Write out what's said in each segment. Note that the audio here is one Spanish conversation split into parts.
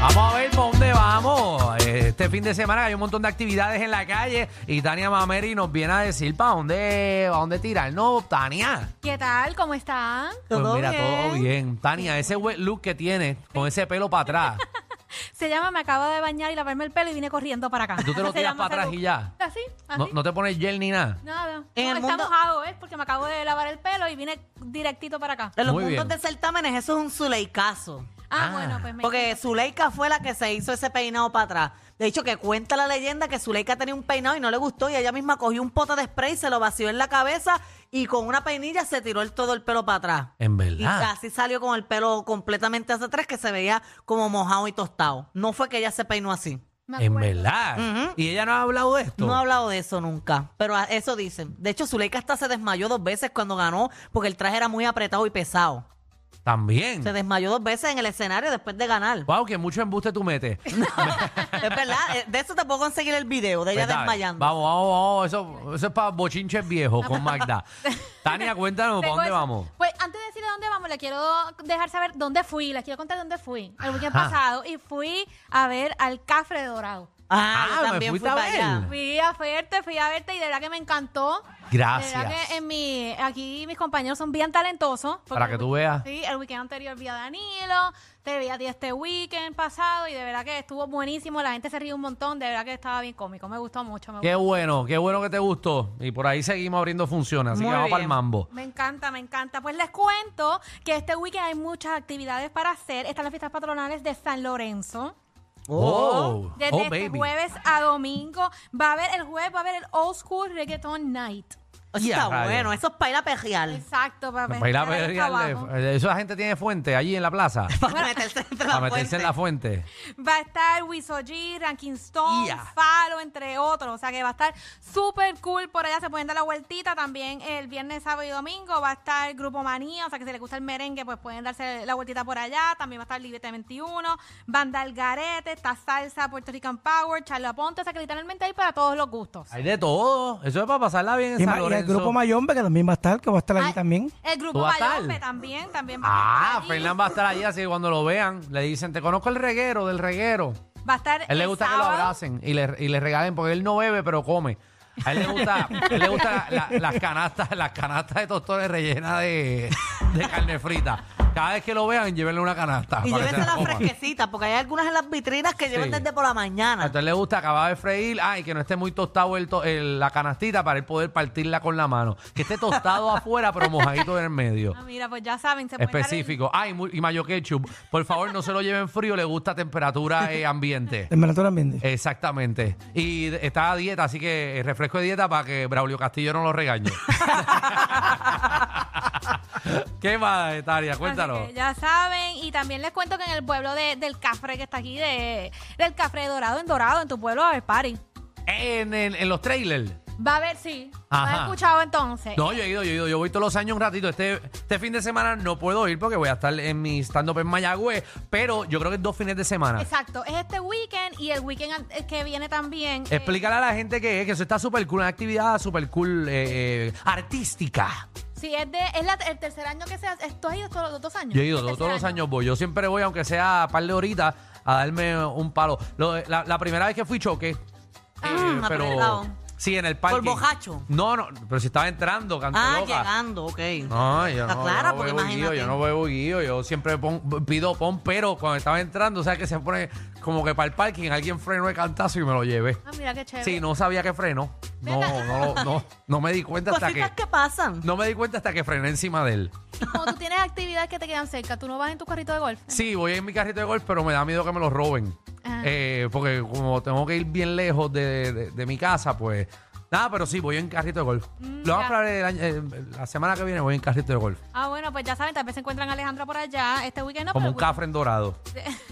Vamos a ver por dónde vamos. Este fin de semana hay un montón de actividades en la calle y Tania Mameri nos viene a decir para dónde, pa dónde tirar. No, Tania. ¿Qué tal? ¿Cómo están? Pues ¿Todo mira, todo bien? bien. Tania, ese wet look que tiene con ese pelo para atrás. Se llama Me acabo de bañar y lavarme el pelo y vine corriendo para acá. Tú te lo Se tiras llama ¿Ah, para atrás Salud. y ya. Así, así. No, no te pones gel ni nada. No, no, En no, el está mundo- mojado, ¿eh? Porque me acabo de lavar el pelo y vine directito para acá. En los Muy mundos bien. de certámenes eso es un zuleikazo. Ah, Ah. bueno, pues me... Porque Zuleika fue la que se hizo ese peinado para atrás. De hecho, que cuenta la leyenda que Zuleika tenía un peinado y no le gustó y ella misma cogió un pote de spray, se lo vació en la cabeza y con una peinilla se tiró el, todo el pelo para atrás. En Y verdad. así salió con el pelo completamente hacia atrás que se veía como mojado y tostado. No fue que ella se peinó así. me En acuerdo. verdad. Ujú. Y ella no ha hablado de esto. No ha hablado de eso nunca, pero a- eso dicen. De hecho, Zuleika hasta se desmayó dos veces cuando ganó porque el traje era muy apretado y pesado. También. Se desmayó dos veces en el escenario después de ganar. Wow, que mucho embuste tú metes. es verdad, eh, de eso te puedo conseguir el video de ella Pues, dale. desmayando. Vamos, vamos, vamos. Eso, eso es para bochinches viejos con Magda. Tania, cuéntanos, ¿para Tengo dónde eso. vamos? Pues antes de decirle dónde vamos, le quiero dejar saber dónde fui. Les quiero contar dónde fui. El weekend Ajá. pasado. Y fui a ver al Cafre Dorado. Ah, Ah, yo me también fui fuiste a para ver. allá. Fui a verte, fui a verte y de verdad que me encantó. De Gracias. verdad que en mi, aquí mis compañeros son bien talentosos. porque Para que el tú week- veas. Sí, el weekend anterior vi a Danilo, te vi a ti este weekend pasado y de verdad que estuvo buenísimo. La gente se rió un montón, de verdad que estaba bien cómico. Me gustó mucho, me, Qué bueno, qué bueno que te gustó. Y por ahí seguimos abriendo funciones, así Muy que vamos para el bien. mambo. gustó. me encanta, me encanta. Pues les cuento que este weekend hay muchas actividades para hacer. Están las fiestas patronales de San Lorenzo. Oh, Desde oh, este baby. jueves a domingo. Va a haber el jueves, va a haber el Old School Reggaeton Night. Eso Ya, está rayos. bueno, eso es para ir a perrear. Exacto, para Para ir a ver- ver- para abajo. eh, Eso la gente tiene fuente allí en la plaza. Para meterse entre la Para meterse en la fuente. Va a estar Wiso G, Ranking Stone, Ya. Falo, entre otros. O sea que va a estar súper cool por allá. Se pueden dar la vueltita también el viernes, sábado y domingo. Va a estar Grupo Manía. O sea que si les gusta el merengue, pues pueden darse la vueltita por allá. También va a estar Librete 21, Banda El Garete, está Salsa, Puerto Rican Power, Charla Ponte. O sea que literalmente hay para todos los gustos. Hay de todo. Eso es para pasarla bien en Y, San ma- y el Lorenzo. grupo Mayombe, que también va a estar, que va a estar allí Ah, también. El ¿Tú Grupo vas a estar? Mayombe también, también va a Ah, estar. allí. Fernán va a estar allí, así que cuando lo vean, le dicen, te conozco el reguero del reguero. Va a estar. A él le el gusta que lo sábado. abracen y le, y le regalen, porque él no bebe, pero come. A él le gusta, a él le gusta la- la- las canastas, las canastas de tostones rellenas de, de carne frita. Cada vez que lo vean, llévenle una canasta. Y para que llévense se la las coma. fresquecitas, porque hay algunas en las vitrinas que llevan Sí. desde por la mañana. A usted le gusta acabar de freír, ay, que no esté muy tostado el to- el- la canastita para él poder partirla con la mano. Que esté tostado afuera, pero mojadito en el medio. Ah, mira, pues ya saben, se pueden dar el- Específico. Ay, mu- y mayo ketchup. Por favor, no se lo lleven frío, le gusta temperatura eh, ambiente. Temperatura ambiente. Exactamente. Y de- está a dieta, así que eh, refresco de dieta para que Braulio Castillo no lo regañe. ¿Qué más, eh, Taria? Así Cuéntanos. que ya saben, y también les cuento que en el pueblo de- del Cafre que está aquí, de, del Cafre de Dorado, en Dorado, en tu pueblo va a haber party. En, en- en los trailers. Va a haber, sí. ¿Me Ajá. has escuchado entonces? No, yo he ido, yo he ido. Yo voy todos los años un ratito. Este, este fin de semana no puedo ir porque voy a estar en mi stand-up en Mayagüez, pero yo creo que es dos fines de semana. Exacto, es este weekend y el weekend an- eh, que viene también. eh, Explícale a la gente que es, que eso está súper cool, una actividad súper cool, eh, eh, artística. sí, es, de, es la- el tercer año que se hace. ¿Tú has ido todos los dos años? Yo he ido, El todos, Este tercer los año. años voy. Yo siempre voy, aunque sea par de horitas, a darme un palo. Lo- la, la primera vez que fui choqué. Eh, Ah, pero. apretado. Sí, en el parque. bojacho? No, no, pero si estaba entrando, canto ah, loca. llegando, ok. No, yo Está no, clara, yo no porque bebo guío, imagínate. yo no bebo guío, yo siempre pon- pido pon, pero cuando estaba entrando, ¿sabes que se pone como que para el parking alguien frenó de cantazo y me lo llevé? Ah, mira qué chévere. Sí, no sabía que frenó. No, ¿Verdad? no, no, no, no me di cuenta hasta que Cositas que pasan. no me di cuenta hasta que frené encima de él. Como tú tienes actividades que te quedan cerca, tú no vas en tu carrito de golf. Sí, voy en mi carrito de golf, pero me da miedo que me lo roben. Ajá. Eh, porque como tengo que ir bien lejos de, de- de mi casa, pues nada, pero sí, voy en carrito de golf. lo vamos a Mm, ya. hablar el año- eh, la semana que viene, voy en carrito de golf. Ah, bueno, pues ya saben, tal vez se encuentran a Alejandra por allá este weekend. No, como pero un cafre en dorado.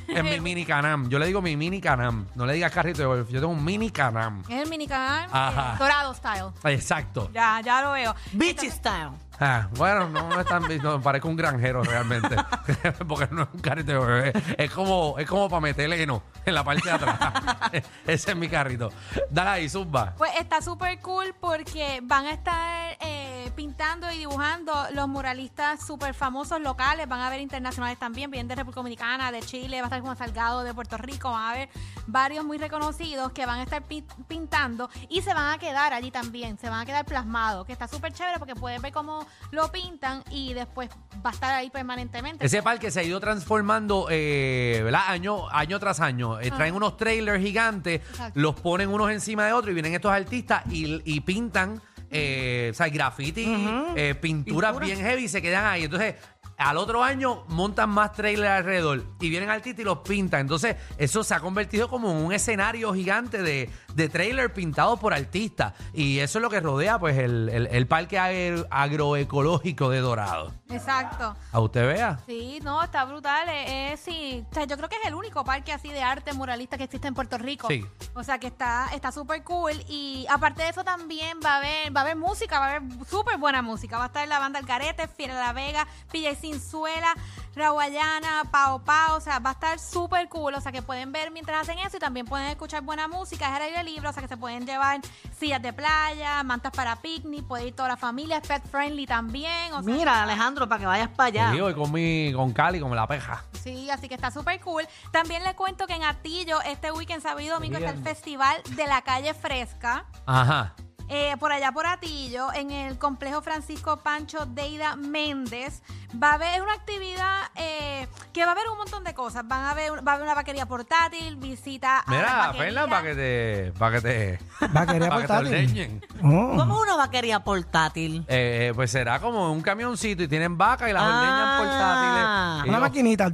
Es mi mini Canam. Yo le digo mi mini Canam. No le digas carrito de golf. Yo tengo un mini Canam. Es el minican Ajá. eh, dorado style. Exacto. Ya, ya lo veo. Beach style. Ah, bueno, no, no es tan. No, parezco un granjero realmente. Porque no es un carrito de golf. Es, es como, es como para meter heno en la parte de atrás. Ese es mi carrito. Dale ahí, zumba. Pues está súper cool porque van a estar eh, pintando y dibujando los muralistas súper famosos locales. Van a ver internacionales también, vienen de República Dominicana, de Chile, va a estar Juan Salgado de Puerto Rico. Van a ver varios muy reconocidos que van a estar pin- pintando y se van a quedar allí también. Se van a quedar plasmados, que está súper chévere porque puedes ver cómo lo pintan y después va a estar ahí permanentemente. Ese parque se ha ido transformando, eh, ¿verdad? Año, año tras año. Eh, traen unos trailers gigantes, Exacto. los ponen unos encima de otros y vienen estos artistas y, y pintan, eh, o sea, graffiti, eh, pinturas bien heavy y se quedan ahí. Entonces, al otro año montan más trailers alrededor y vienen artistas y los pintan. Entonces, eso se ha convertido como en un escenario gigante de, de trailer pintado por artistas. Y eso es lo que rodea, pues, el, el- el parque agro- agroecológico de Dorado. Exacto. A usted vea. Sí, no, está brutal. eh, eh, sí. O sea, yo creo que es el único parque así de arte muralista que existe en Puerto Rico. Sí. O sea, que está está súper cool. Y aparte de eso también va a haber, va a haber música, va a haber súper buena música. Va a estar la banda Algarete, Fiera La Vega, PJ Cinzuela, Raguayana, Pao Pao. O sea, va a estar súper cool. O sea, que pueden ver mientras hacen eso y también pueden escuchar buena música. Es al aire libre, o sea, que se pueden llevar sillas de playa, mantas para picnic, puede ir toda la familia, es pet friendly también. O sea, Mira, Alejandro, para que vayas para allá. Te digo, y Pues con, mi, con Cali, con la peja. Sí, así que está súper cool. También le cuento que en Atillo, este weekend, sábado y domingo, está el Bien. Festival de la Calle Fresca. Ajá. Ah, Eh, por allá por Atillo, en el complejo Francisco Pancho Deida Méndez, va a haber una actividad eh, que va a haber un montón de cosas. Van a haber, va a haber una vaquería portátil, visita a Mira, la Fernan, para que te. Para que te. Vaquería pa' que te portátil. ordeñen. Oh. ¿Cómo una vaquería portátil? Eh, eh, pues será como un camioncito y tienen vacas y las Ah. ordeñan portátiles. Y Una yo- maquinita.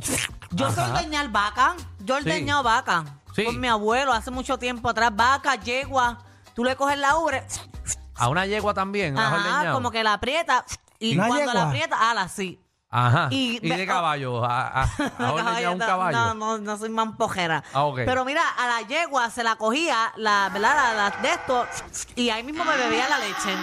Yo sé Ajá. ordeñar vaca. Yo he Sí. ordeñado vaca. Sí. Con mi abuelo hace mucho tiempo atrás. Vaca, yegua. Tú le coges la ubre. A una yegua también. las Ajá, ordeñan. como que la aprieta. Y Una cuando la yegua. aprieta, ala, sí. Ajá. Y, y- de caballo. A, a, a ordeñar Ah, un no, caballo. No, no, no soy mampojera. Ah, ok. Pero mira, a la yegua se la cogía, la, ¿verdad? La, la- de esto, y ahí mismo me bebía la leche.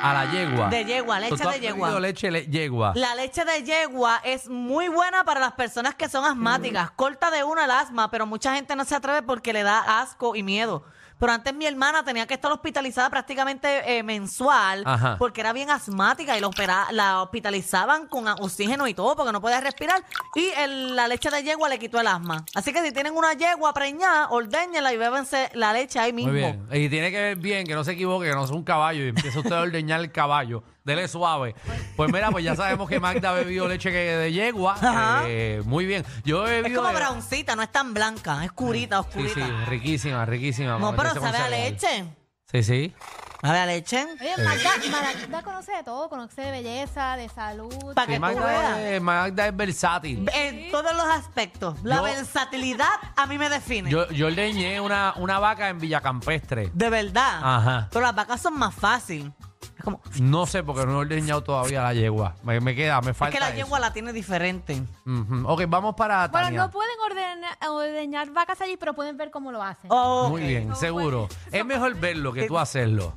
A la yegua. De yegua, leche ¿Tú- tú de has yegua. bebido leche le- yegua. La leche de yegua es muy buena para las personas que son Mm. asmáticas. Corta de una el asma, pero mucha gente no se atreve porque le da asco y miedo. Pero antes mi hermana tenía que estar hospitalizada prácticamente eh, mensual Ajá. porque era bien asmática y la, opera- la hospitalizaban con a- oxígeno y todo porque no podía respirar. Y el- la leche de yegua le quitó el asma. Así que si tienen una yegua preñada, ordéñenla y bébense la leche ahí mismo. Muy bien. Y tiene que ver bien, que no se equivoque, que no es un caballo. Y empieza usted a ordeñar el caballo. Dele suave. Pues mira, pues ya sabemos que Magda ha bebido leche que- de yegua. Ajá. Eh, muy bien. Yo he Es bebido. como de- browncita, no es tan blanca, es curita, Sí, oscurita. sí, riquísima, riquísima. No, para meterse pero con sabe a cereal. leche. Sí, sí. ¿Sabe a leche? Oye, Magda, Eh. Magda conoce de todo, conoce de belleza, de salud. Pa' Sí, que tú Magda, veas. es, Magda es versátil. En todos los aspectos. La Yo- versatilidad a mí me define. Yo, yo ordeñé una, una vaca en Villacampestre. de verdad. Ajá. Pero las vacas son más fácil. Es como. No sé porque no he ordeñado todavía la yegua. Me, me queda, me Es falta. que la eso. yegua la tiene diferente. Ujú. Ok, vamos para Bueno, Tania. no pueden ordena- ordeñar vacas allí, pero pueden ver cómo lo hacen. Oh, Muy ok. bien, No, seguro. pues, Es mejor verlo que tú hacerlo.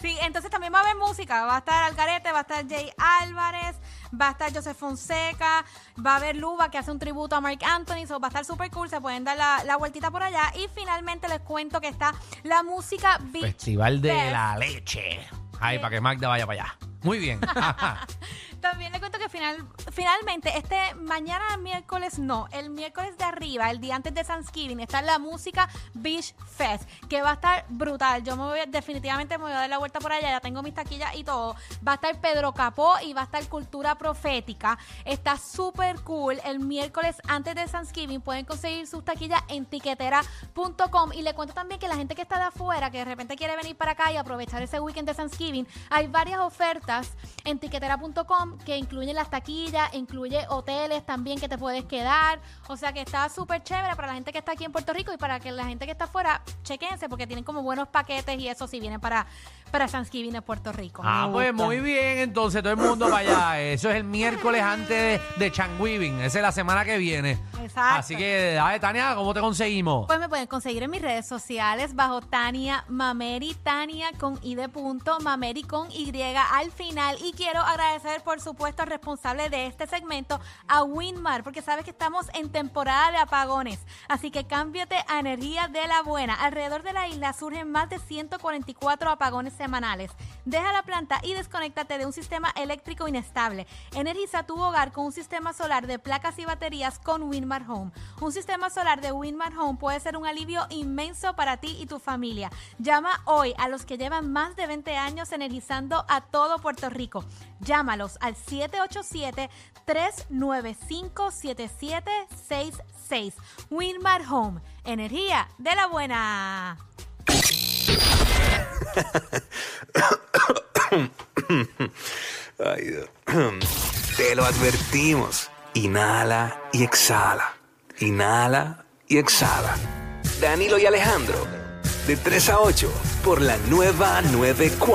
Sí, entonces también va a haber música. Va a estar Algarete, va a estar Jay Álvarez, va a estar Joseph Fonseca, va a haber Luba que hace un tributo a Mark Anthony. So, va a estar super cool, se pueden dar la, la vueltita por allá. Y finalmente les cuento que está la música Beach Festival de Fest. la leche. Ay, para que Magda vaya para allá. Muy bien. Ajá. También le cuento que final, finalmente, este mañana miércoles no, el miércoles de arriba, el día antes de Thanksgiving, está la música Beach Fest, que va a estar brutal. Yo me voy, a- definitivamente me voy a dar la vuelta por allá, ya tengo mis taquillas y todo. Va a estar Pedro Capó y va a estar Cultura Profética. Está súper cool. El miércoles antes de Thanksgiving pueden conseguir sus taquillas en tiquetera.com. Y le cuento también que la gente que está de afuera, que de repente quiere venir para acá y aprovechar ese weekend de Thanksgiving, hay varias ofertas en tiquetera.com que incluyen las taquillas, incluye hoteles también que te puedes quedar. O sea que está súper chévere para la gente que está aquí en Puerto Rico y para que la gente que está afuera, chequense porque tienen como buenos paquetes y eso si vienen para, para Thanksgiving en Puerto Rico. Ah, Me pues gusta. muy bien, entonces todo el mundo para allá. Eso es el miércoles antes de, de Changuiving. Esa es la semana que viene. Exacto. Así que, dale, Tania, ¿cómo te conseguimos? Pues me pueden conseguir en mis redes sociales bajo Tania Mameri, Tania con I de punto, Mameri con Y al final. Y quiero agradecer, por supuesto, al responsable de este segmento, a Winmar, porque sabes que estamos en temporada de apagones. Así que cámbiate a energía de la buena. Alrededor de la isla surgen más de 144 apagones semanales. Deja la planta y desconéctate de un sistema eléctrico inestable. Energiza tu hogar con un sistema solar de placas y baterías con Winmar Home. Un sistema solar de Winmar Home puede ser un alivio inmenso para ti y tu familia. Llama hoy a los que llevan más de 20 años energizando a todo Puerto Rico. Llámalos al 787-395-7766. Winmar Home. Energía de la buena. Ay, Dios. Te lo advertimos. Inhala y exhala. Inhala y exhala. Danilo y Alejandro, de 3 a 8, por la nueva 94.